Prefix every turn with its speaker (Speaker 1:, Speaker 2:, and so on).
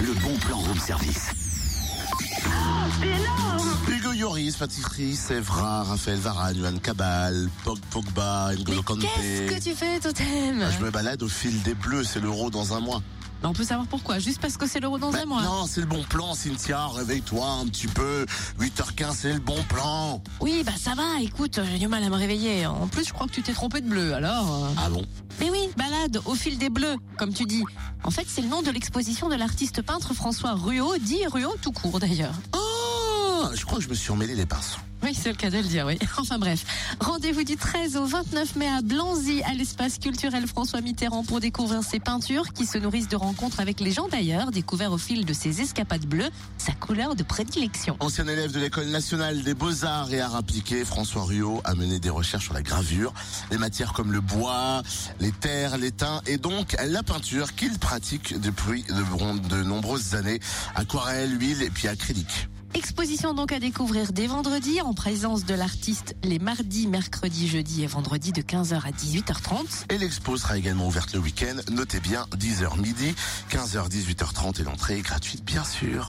Speaker 1: le bon plan room service.
Speaker 2: Hugo Yoris, Patrice Evra, Raphaël Varane, Juan Cabal, Pog Pogba,
Speaker 3: Mais
Speaker 2: N'Golo Kanté.
Speaker 3: qu'est-ce que tu fais, Totem
Speaker 2: Ah, Je me balade au fil des bleus, c'est l'euro dans un mois.
Speaker 3: On peut savoir pourquoi, juste parce que c'est l'euro dans
Speaker 2: Bah,
Speaker 3: un mois.
Speaker 2: Non, c'est le bon plan, Cynthia, réveille-toi un petit peu. 8h15, c'est le bon plan.
Speaker 3: Oui, bah ça va, écoute, j'ai du mal à me réveiller. En plus, je crois que tu t'es trompé de bleu, alors. euh.
Speaker 2: Ah bon
Speaker 3: Mais oui, balade au fil des bleus, comme tu dis. En fait, c'est le nom de l'exposition de l'artiste peintre François Ruot, dit Ruot tout court d'ailleurs.
Speaker 2: Ah, Je crois que je me suis emmêlé les pinceaux.
Speaker 3: Oui, c'est le cas de le dire, oui. Enfin bref, rendez-vous du 13 au 29 mai à Blanzy, à l'espace culturel François Mitterrand, pour découvrir ses peintures qui se nourrissent de rencontres avec les gens d'ailleurs, découvertes au fil de ses escapades bleues, sa couleur de prédilection.
Speaker 2: Ancien élève de l'École nationale des beaux-arts et arts appliqués, François Ruot a mené des recherches sur la gravure, les matières comme le bois, les terres, les teints et donc la peinture qu'il pratique depuis de, bron- de nombreuses années, aquarelle, huile et puis acrylique.
Speaker 3: Exposition donc à découvrir dès vendredi, en présence de l'artiste les mardis, mercredis, jeudis et vendredis de 15h à 18h30.
Speaker 2: Et l'expo sera également ouverte le week-end, notez bien 10h midi, 15h 18h30 et l'entrée est gratuite bien sûr.